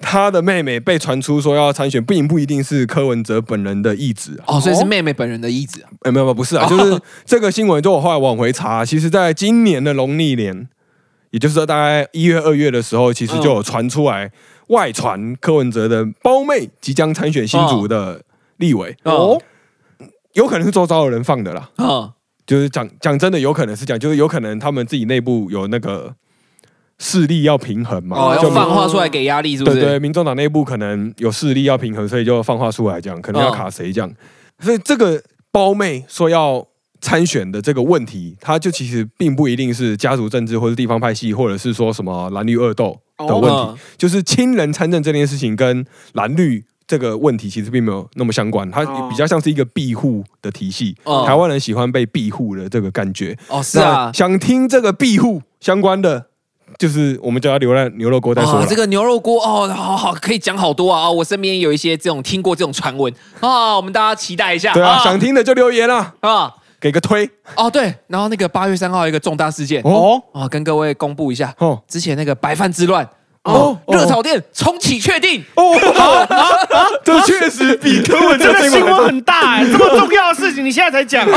他的妹妹被传出说要参选，不赢不一定是柯文哲本人的意志啊。
哦，所以是妹妹本人的意志啊。
哎、没有没有，不是啊，就是这个新闻，就我后来往回查，其实在今年的农历年，也就是说大概一月、二月的时候，其实就有传出来外传柯文哲的胞妹即将参选新竹的立委，
哦
有可能是周遭的人放的啦。
哦
就是讲讲真的，有可能是讲，就是有可能他们自己内部有那个势力要平衡嘛，
哦，
就民
要放话出来给压力，是不
对对，
是？
民众党内部可能有势力要平衡，所以就放话出来这样，可能要
哦
卡谁这样。所以这个胞妹说要参选的这个问题，它就其实并不一定是家族政治或是地方派系，或者是说什么蓝绿恶斗的问题，
哦
就是亲人参政这件事情跟蓝绿。这个问题其实并没有那么相关，它
哦
比较像是一个庇护的体系。
哦
台湾人喜欢被庇护的这个感觉，
哦，是啊
那。想听这个庇护相关的，就是我们叫它流浪牛肉锅再说
啊
了。，
这个牛肉锅哦，好好可以讲好多啊！哦我身边有一些这种听过这种传闻啊，我们大家期待一下。
对啊，想听的就留言啊，
啊
给个推
哦对，然后那个八月三号有一个重大事件哦
哦
跟各位公布一下，
哦
之前那个白饭之乱
哦
哦，
哦
热炒店重启确定。
哦，这确实比柯文
啊这
哲
个
新
新
闻欸
闻很大哎，这么重要的事情你现在才讲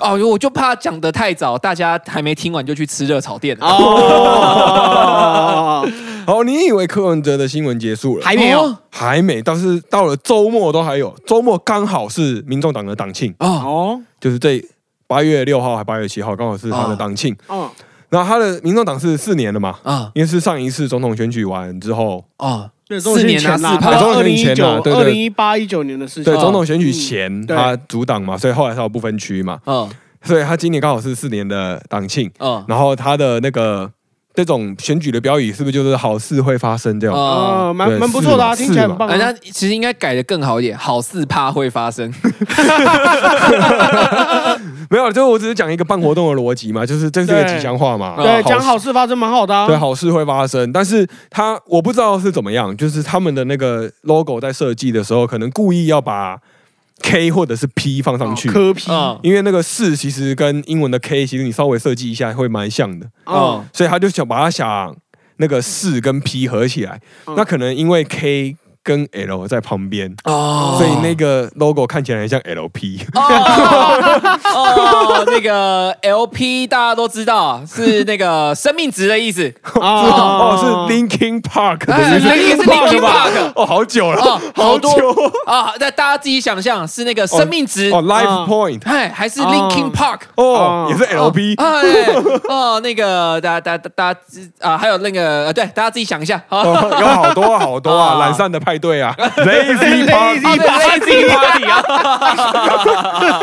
哦，我就怕讲
哦
得太早，大家还没听完就去吃热炒店了。
哦。
好，你以为柯文哲的新闻结束了？
还没有
哦
还没，但是到了周末都还有，周末刚好是民众党的党庆，
哦，
哦，
就是这八月六号还八月七号，刚好是他的党庆。
哦，
然后他的民众党是四年了嘛，
啊
因为是上一次总统选举完之后，
啊
哦，
对，
四年啊，四
啊
趴
总统
二
选
零
举
一
前
九、
啊对对
二零一八、一九年的事情嗯
对
哦，
总统选举前
对
他阻挡嘛，所以后来他有不分区嘛，
嗯
所以他今年刚好是四年的党庆。
啊
嗯
然后他的那个这种选举的标语是不是就是好事会发生这样？
哦，
哦，蛮
对
蛮不错的啊，
是嘛
听起来很棒啊。
人家其实应该改的更好一点，好事怕会发生。
没有，啊就我只是讲一个办活动的逻辑嘛，就是这是个
对
吉祥话嘛。
啊
对，讲好事发生蛮好的啊。
对，好事会发生，但是他我不知道是怎么样，就是他们的那个 logo 在设计的时候，可能故意要把 K 或者是 P 放上去，
科批，
嗯
因为那个四其实跟英文的 K 其实你稍微设计一下会蛮像的，
嗯
嗯，
所以他就想把它想那个四跟 P 合起来，
嗯
那可能因为 K 跟 L 在旁边，
哦
所以那个 logo 看起来很像 LP。
哦哦，那个 LP 大家都知道是那个生命值的意思，
哦，是 Linkin Park 的
哎
意思，
那个是 Linkin Park
哦，好久了
哦，好多
久哦
啊，那大家自己想象是那个生命值，
哦，Life Point，
哎，还是 Linkin Park。
哦，也是 LP，
哎哦，那个大家、大家、大家啊，还有那个呃，对，大家自己想一下啊。
哦有好多啊好多啊，
哦
懒散的派对啊 ，Lazy Party
啊对 Lazy Party 啊，
啊，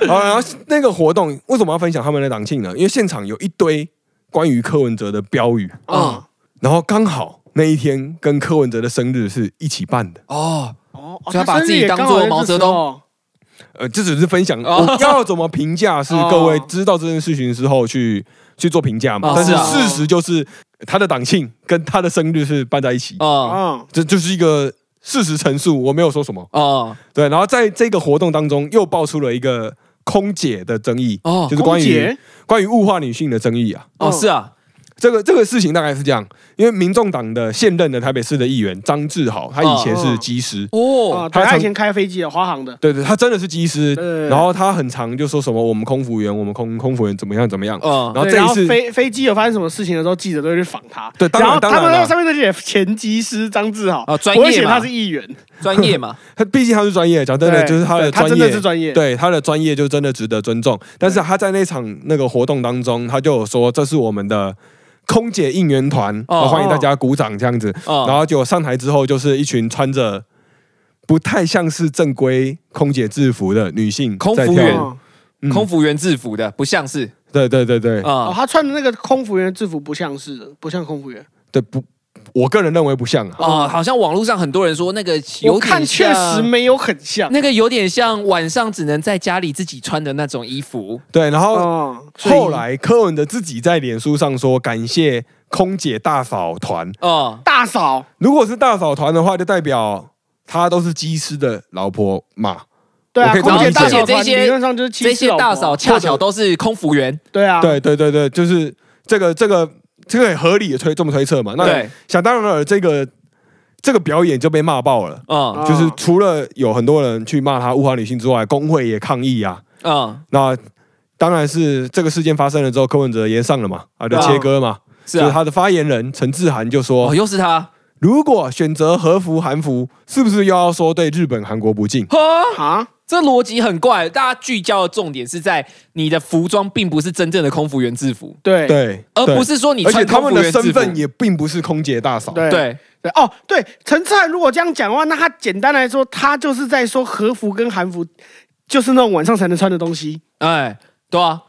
然后那个活动为什么要分享他们的党庆呢？因为现场有一堆关于柯文哲的标语，
嗯，
然后刚好那一天跟柯文哲的生日是一起办的。
哦，
哦，
就要把自己当做毛泽东
呃，这只是分享，
哦
我要怎么评价是
哦
各位知道这件事情之后去去做评价嘛
哦。
但是
是啊
事实就是他的党庆跟他的生日是办在一起，
哦
嗯，
这就是一个事实陈述，我没有说什么。
哦
对，然后在这个活动当中又爆出了一个空姐的争议，
哦
就是关
嗯空
于
姐
关于物化女性的争议啊。
哦，是啊，
这个这个事情大概是这样，因为民众党的现任的台北市的议员张志豪，他以前是机师，
哦
哦，
他
他
常
以前开飞机的，华航的，
对对，他真的是机师
对对，对
然后他很常就说什么我们空服员，我们空空服员怎么样怎么样，
哦
然后
对
这一次
飞飞机有发生什么事情的时候，记者都会去访他。
对当然
然后
当
他
然
们那
啦
个上面都写前机师张志豪，
哦专
不会
业
写
嘛
他是议员，
专业嘛，
他毕竟他是专业，讲真的
对
就是他的
对他
专
真的是
业。
专业，
对他的专业就真的值得尊重，但是他在那场那个活动当中，他就有说这是我们的空姐应援团，
哦
呃欢迎大家鼓掌这样子。然
哦
后就上台之后，就是一群穿着不太像是正规空姐制服的女性
空服
在跳舞
员
哦
嗯
空服员制服的，不像是
对对对对
哦，
啊
他穿的那个空服员制服不像是的，不像空服员。
对，不，我个人认为不像
哦
啊。
啊，好像网络上很多人说那个有
我看
点
确实
像，
没有很 像。
那个有点像晚上只能在家里自己穿的那种衣服。
对，然后
哦，所以
后来柯文哲自己在脸书上说，感谢空姐大嫂团。
哦
大嫂
如果是大嫂团的话，就代表她都是机师的老婆嘛。
对
我
啊
可以，这么
空姐
理解
大嫂
这些
团理论上就是
这
七
些大嫂恰巧都是空服员，
对啊，
对对对对，就是这个这个这个很合理的推这么推测嘛。那
对，
想当然了，这个这个表演就被骂爆了。
嗯
啊
就是除了有很多人去骂他物化女性之外，工会也抗议啊。
嗯，
那当然是这个事件发生了之后，柯文哲延上了嘛，啊，就
对啊
切割嘛。
是
就是
啊，
他的发言人陈志涵就说
哦，：“又是他，
如果选择和服、韩服，是不是又要说对日本、韩国不敬
哈，
啊，
这逻辑很怪。大家聚焦的重点是在你的服装并不是真正的空服员制服？”，
对
对，
而
对
不是说你
而且
穿
他
空
们
服
的
员制
身
服。
份也并不是空姐大嫂。
对
对，
对哦，对，陈志涵如果这样讲的话，那他简单来说，他就是在说和服跟韩服就是那种晚上才能穿的东西。
哎，对啊，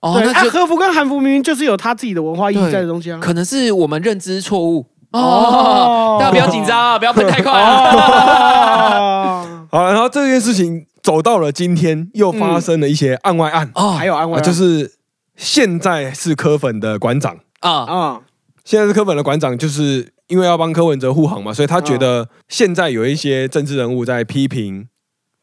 哦，
对，
那
啊，
就
和服跟韩服明明就是有他自己的文化意义在的东西啊。
可能是我们认知错误哦
哦。
大家不要紧张啊，不要喷太快啊。
哦，
好，然后这件事情走到了今天，又发生了一些案外案，
哦，
还有安慰
啊
啊，
就是现在是柯粉的馆长，
啊，
啊，
现在是柯粉的馆长，就是因为要帮柯文哲护航嘛，所以他觉得现在有一些政治人物在批评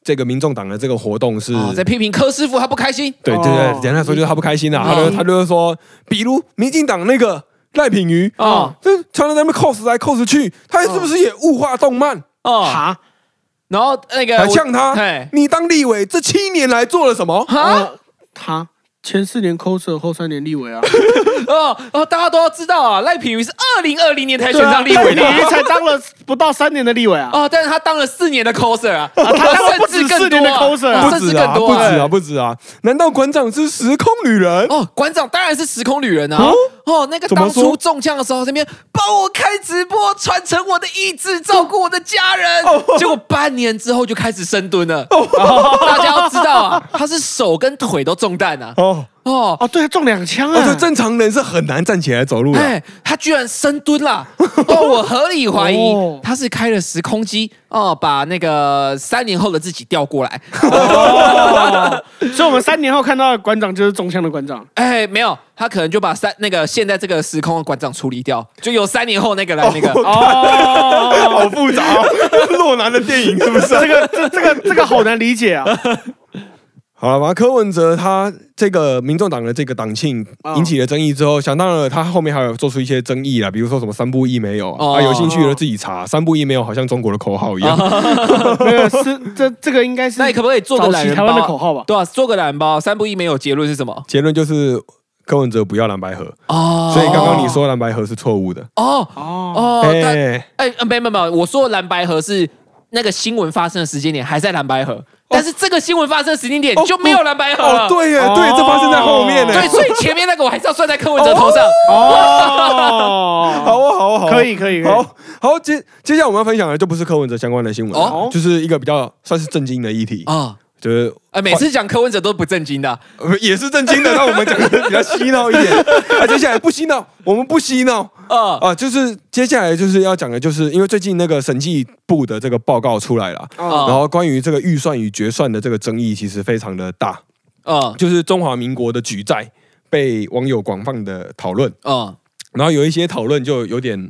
这个民众党的这个活动是
哦在批评柯师傅，他不开心。
对对
哦
对，简单来说就是他不开心啊，他就
嗯
他就是说，比如民进党那个赖品妤
哦
啊，这常常在那边 cos 来 cos 去，他是不是也物化动漫，
哦，
哈，
然后那个
还
我
呛他
哎？
啊
你当立委这七年来做了什么？
哈，
呃，哈，前四年 coser，后三年立 委啊，
哦哦，大家都要知道啊，赖品妤是二零二零年才选
对啊
上立委
你
的
也才当了不到三年的立委啊，
哦，但是他当了四年的 coser 啊，
啊他当了不
甚至
止
更
四
多
年的 coser 啊
啊，
不
甚至
止
更
啊，
多
不
啊。
止啊，不止啊！难道馆长是时空旅人？
哦，馆长当然是时空旅人啊！
哦
哦那个
怎么
当
说
初中枪的时候，那边帮我开直播，传承我的意志，照顾我的家人。结果半年之后就开始深蹲了。大家要知道啊，他是手跟腿都中弹啊！
哦，
哦，
哦，对，他中两枪
哦，
啊
这，正常人是很难站起来走路的。
哎，他居然深蹲 啦！哦，我合理怀疑
哦
他是开了时空机哦，把那个三年后的自己调过来。
哦所以我们三年后看到的馆长就是中枪的馆长，
哎，没有，他可能就把三那个现在这个时空的馆长处理掉，就由三年后那个来那个。
哦
哦，
好复杂、哦， 洛南的电影是不是？ 啊
这个这这个这个好难理解啊，
好了吧，柯文哲他这个民众党的这个党庆
哦
引起了争议之后，想当然了，他后面还有做出一些争议啦，比如说什么三不一没有啊，
哦
啊有兴趣的自己查，三不一没有好像中国的口号一样。
没有是这这个应该是
那你可不可以做个
早
懒
期
人
台
包啊？
湾的口号吧？
对啊，做个懒人包，三不一没有结论是什么？
结论就是柯文哲不要蓝白河，
哦
所以刚刚你说蓝白河是错误的。
哦
哦，
哦，但
哎，
哎呃没没没，我说蓝白河是那个新闻发生的时间点还在蓝白河，但是这个新闻发生的时间点
哦
就没有蓝白河
哦
了。
对耶，
哦
对，这发生在后面呢。
对，所以前面那个我还是要算在柯文哲头上。
好
哦，
啊，好啊，好啊，
可以可以可以
好好，接接下来我们要分享的就不是柯文哲相关的新闻了，
哦
就是一个比较算是震惊的议题，
哦，
就是
呃，每次讲柯文哲都不正经的啊，
呃也是震惊的，那我们讲的比较嬉闹一点。啊，接下来不嬉闹，我们不嬉闹
呃，
啊，就是接下来就是要讲的，就是因为最近那个审计部的这个报告出来了。
哦
然后关于这个预算与决算的这个争议，其实非常的大，
嗯
就是中华民国的举债被网友广泛的讨论，
嗯，
然后有一些讨论就有点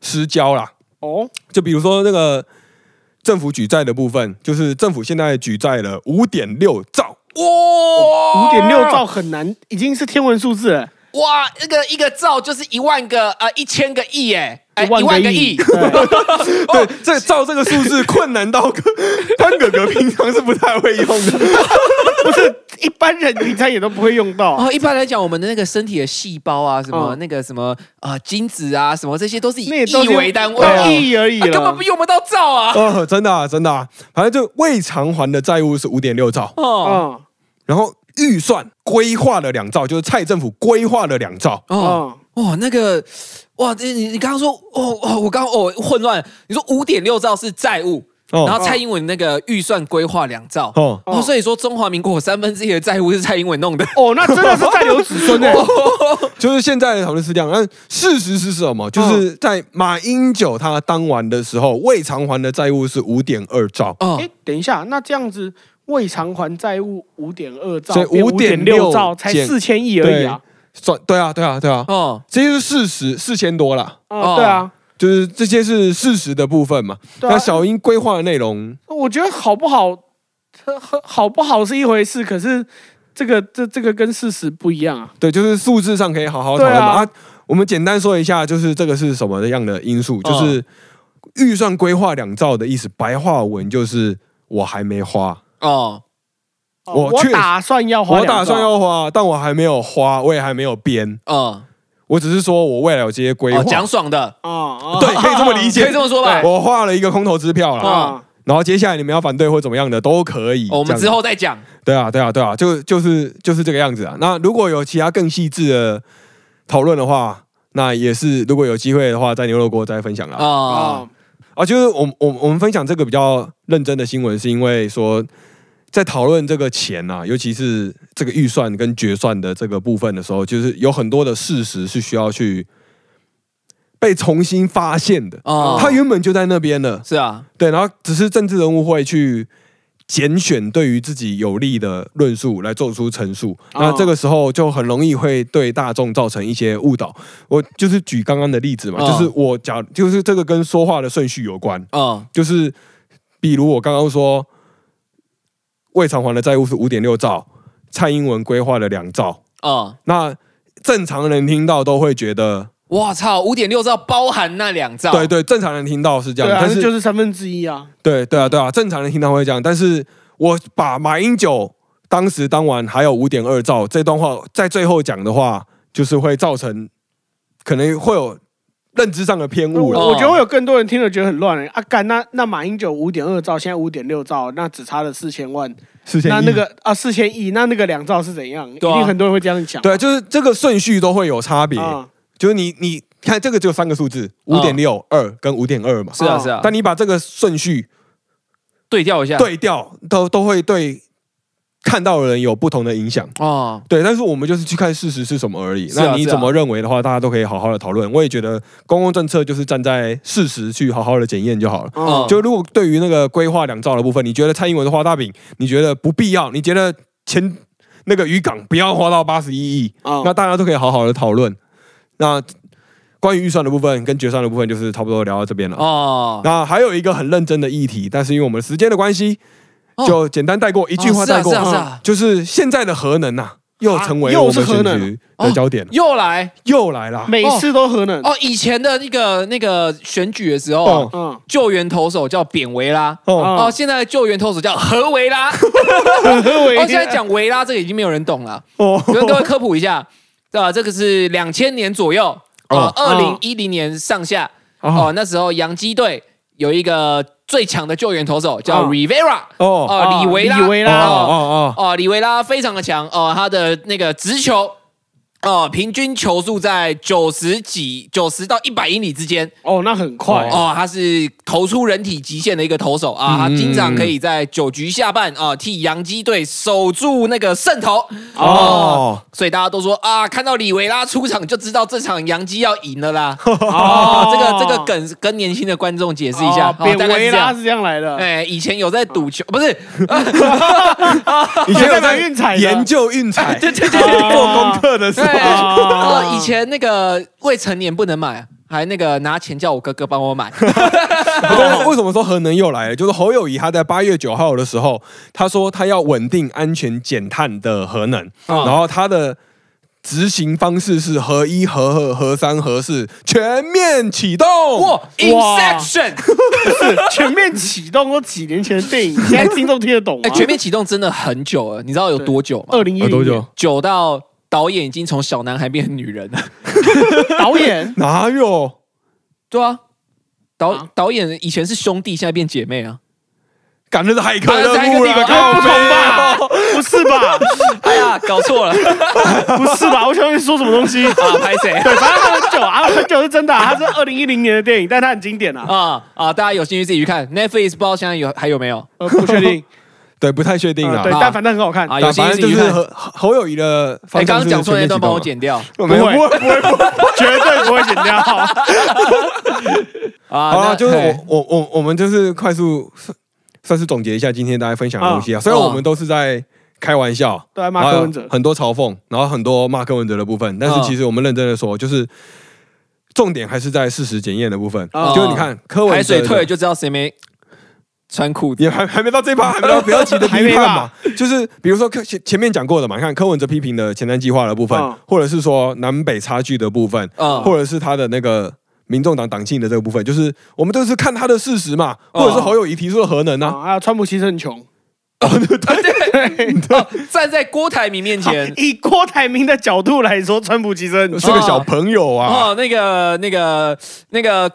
失焦啦，
哦，
就比如说那个政府举债的部分，就是政府现在举债了五点六兆，
哇
五点六兆很难，已经是天文数字了。
哇，那个一个兆就是一万个呃一千个亿哎，哎
一万个亿，对
对，这照这个数字困难到哥 潘哥哥平常是不太会用的，
不是一般人平常也都不会用到。
哦，一般来讲，我们的那个身体的细胞啊，什么、
嗯
那个什么啊、呃精子啊，什么这些都是以
那也都
亿
是
为单位啊，
对亿而已
啊
了，
根本不用不到兆啊。
哦，真的啊，真的啊，反正就未偿还的债务是五点六兆，
哦
嗯
然后预算规划了两兆，就是蔡政府规划了两兆，
哦
嗯，
哇，那个哇，这你你刚刚说哦哦，我刚哦混乱，你说五点六兆是债务，
哦
然后蔡英文那个预算规划两兆，哦
哦，
哦
所以说中华民国有三分之一的债务是蔡英文弄的。
哦，那真的是在留子孙 哎，
就是现在的讨论是这样，但事实是什么？就是在马英九他当完的时候，未偿还的债务是五点二兆。
哦
哎，等一下，那这样子未偿还债务五点二兆，
所以
变
5.6
六兆才
减
四千亿而已啊。
算对啊，对啊，对啊，
哦
这就是事实，四千多啦，
嗯，对啊，
就是这些是事实的部分嘛。
对啊
哦那小英规划的内容，
我觉得好不好， 呵呵好不好是一回事，可是这个这这个跟事实不一样啊。
对，就是数字上可以好好讨论嘛。
对啊
啊，我们简单说一下，就是这个是什么样的因素？
嗯
就是预算规划两兆的意思，白话文就是我还没花，
哦
我
我
确实
打算要花，
我打算，要花，但我还没有花，我也还没有编。
哦
我只是说我未来有这些规划，
哦，讲爽的，
啊，
对，可以这么理解，
可以这么说吧
对我画了一个空头支票啦，
哦
啊，
然后接下来你们要反对或怎么样的都可以。
哦我
这
们
样子
之后再讲。
对啊，对啊，对啊，就就是就是这个样子啊。那如果有其他更细致的讨论的话，那也是如果有机会的话，在牛肉锅再分享啦。
哦
啊，
啊，就是我们我们我们分享这个比较认真的新闻，是因为说在讨论这个钱啊，尤其是这个预算跟决算的这个部分的时候，就是有很多的事实是需要去被重新发现的。
哦
它原本就在那边了，
是啊，
对，然后只是政治人物会去拣选对于自己有利的论述来做出陈述，
哦
那这个时候就很容易会对大众造成一些误导。我就是举刚刚的例子嘛，
哦
就是我讲，就是这个跟说话的顺序有关，
哦
就是比如我刚刚说未偿还的债务是五点六兆，蔡英文规划了两兆，
哦，
那正常人听到都会觉得，
我操，五点六兆包含那两兆，
对对，正常人听到是这
对
样，
啊，
但
那
是
就是三分之一啊。
对对啊，对啊，正常人听到会这样，但是我把马英九当时当晚还有五点二兆这段话，在最后讲的话，就是会造成可能会有认知上的偏误了。
我我觉得会有更多人听了觉得很乱哎、啊干，那那马英九五点二兆，现在五点六兆，那只差了四千万，
事先
那那个啊四千亿，那那个两兆是怎样？一
对啊
定很多人会这样讲。
对，就是这个顺序都会有差别。
啊，
就是你你看这个就三个数字，五点六二跟五点二嘛。
是啊是啊，
哦但你把这个顺序
对调一下，
对调，都都会对看到的人有不同的影响。
哦，
对，但是我们就是去看事实是什么而已。
是啊
那你
是啊
怎么认为的话，大家都可以好好的讨论。我也觉得公共政策就是站在事实去好好的检验就好了。
嗯
嗯，
就如果对于那个规划两兆的部分，你觉得蔡英文的画大饼，你觉得不必要，你觉得前那个渔港不要花到八十一亿，
嗯
那大家都可以好好的讨论。那关于预算的部分跟决算的部分，就是差不多聊到这边了。
哦，
那还有一个很认真的议题，但是因为我们时间的关系，
哦
就简单带过，一句话带过。
哦是啊是啊是啊
就是现在的核能呐、又成为
啊
我
又
们
是
选
核能
举
哦
的焦点了，
又来
又来啦。
每次都核能。
哦，以前的那个那个选举的时候啊，
哦
嗯，
救援投手叫扁维拉。
哦，
哦，
哦
现在的救援投手叫何维拉。哦，
啊 核为
现在讲维拉这个已经没有人懂了。
哦
跟各位科普一下，啊，这个是两千年左右，啊，
哦
二零一零年上下，哦，那时候洋基队有一个最强的救援投手叫
哦
Rivera，
哦
哦，李维拉，
啊李维
哦
拉
哦
哦
哦，李维拉非常的强哦，他的那个直球哦，平均球速在九十几、九十到一百英里之间
哦，那很快
哦，他是投出人体极限的一个投手啊，他
嗯
经常可以在九局下半啊替洋基队守住那个胜投哦。
哦
所以大家都说啊，看到李维拉出场就知道这场洋基要赢了啦。
哦
哦，这个这个梗跟年轻的观众解释一下，哦
扁
大概是
维
这
拉
样。
是这样来 的。
哎，以前有在赌球，不是
哦，以前有
在买运彩
在
的
研究运彩，
对对对
做功课的时
对，
候，
哦，以前那个未成年不能买，还那个拿钱叫我哥哥帮我买。
对为什么说核能又来了？就是侯友谊他在八月九号的时候，他说他要稳定、安全、减碳的核能，
嗯
然后他的执行方式是核一、核二、核三、核四全面启动。
哇，Inception，
是全面启动都几年前的电影，现在听众听得懂吗啊
哎，？全面启动真的很久了，你知道有多久吗？
二零一
呃
零
多久？
久到导演已经从小男孩变成女人了。
导 演
哪有？
对啊，导
啊
导演以前是兄弟，现在变姐妹啊。
赶得是骇客
啊是骇
任
客
务
帝国
了，
啊
靠
不
背
吧？哎不是吧？
哎呀，搞错了
不是吧？我想问你说什么东西？
啊，拍谁？
对，反正它很久啊，很久是真的、啊，它是二零一零年的电影，但它很经典啊。
啊啊！大家有兴趣自己去看 Netflix，不知道现在有还有没有
呃，不确定，
对，不太确定
呃
啊。
对，
啊
但反正很好看。
啊？有
但
兴
反
趣
正
自己
就
去
是
看。
侯侯友谊的
哎，
方向
刚刚
是
讲错
全
那
面
段
启
帮我
动
剪掉
啊，没有不
不会
会不会不会。
绝对不会剪 掉。
啊。
好
那
了，就是
嘿
我我我我们就是快速算算是总结一下今天大家分享的东西啊。虽然我们都是在开玩笑，
对，
然
马
后
克文哲，
很多嘲讽，然后很多骂柯文哲的部分，但是
嗯
其实我们认真的说，就是重点还是在事实检验的部分。
嗯
就是你看柯文
海
哲
水
的
退了就知道谁没穿裤 子。
也还还没到这一趴，还 没到不要急的批
还没
判嘛
吧。
就是比如说柯前前面讲过的嘛，你看柯文哲批评的前瞻计划的部分
嗯，
或者是说南北差距的部分，
嗯
或者是他的那个。民众党党庆的这个部分，就是我们都是看他的事实嘛，或者是
嗯
侯友谊提出的核能啊，
啊，还有川普其实很穷。
哦站在郭台铭面 前，
以郭台铭的角度来说，川普其实很
是
穷。
个小朋友
嗯
啊，
哦，那个、那个、那个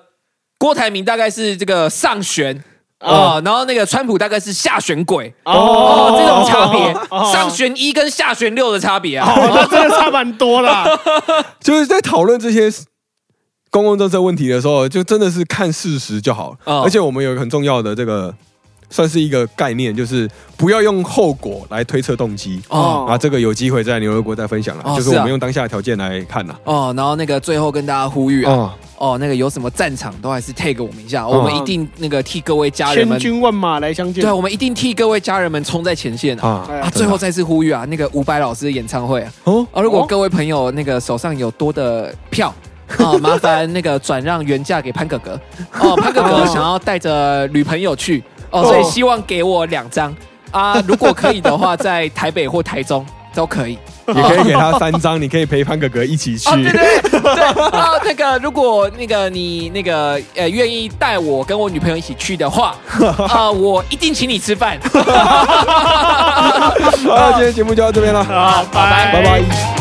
郭台铭大概是这个上旋
哦
哦，然后那个川普大概是下旋鬼
哦
哦，这种差别
哦，
上旋一跟下旋六的差别啊。
哦，那真的差蛮多的啊。
就是在讨论这些公共政策问题的时候，就真的是看事实就好了。
嗯
哦
而且我们有一个很重要的这个，算是一个概念，就是不要用后果来推测动机。
哦
啊，这个有机会在牛油果再分享了，
哦
就是
是
我
啊
们用当下的条件来看呐。
哦，然后那个最后跟大家呼吁啊，
哦，
哦，那个有什么战场都还是 tag 我们一下，
哦
我们一定那个替各位家人
千
们，
军万马来相见。
对，我们一定替各位家人们冲在前线啊。
啊
哎
啊，
呀
最后再次呼吁啊，那个伍佰老师的演唱会啊，
哦，
啊，如果
哦
各位朋友那个手上有多的票。啊、麻烦那个转让原价给潘哥哥哦，潘哥哥
哦
想要带着女朋友去哦，所以
哦
希望给我两张啊，如果可以的话，在台北或台中都可以
也可以给他三张，你可以陪潘哥哥一起去
哦，。对对对对，啊，那个如果那个你那个呃愿意带我跟我女朋友一起去的话，啊，我一定请你吃饭。
好，今天节目就到这边了，
好，
啊拜
拜拜。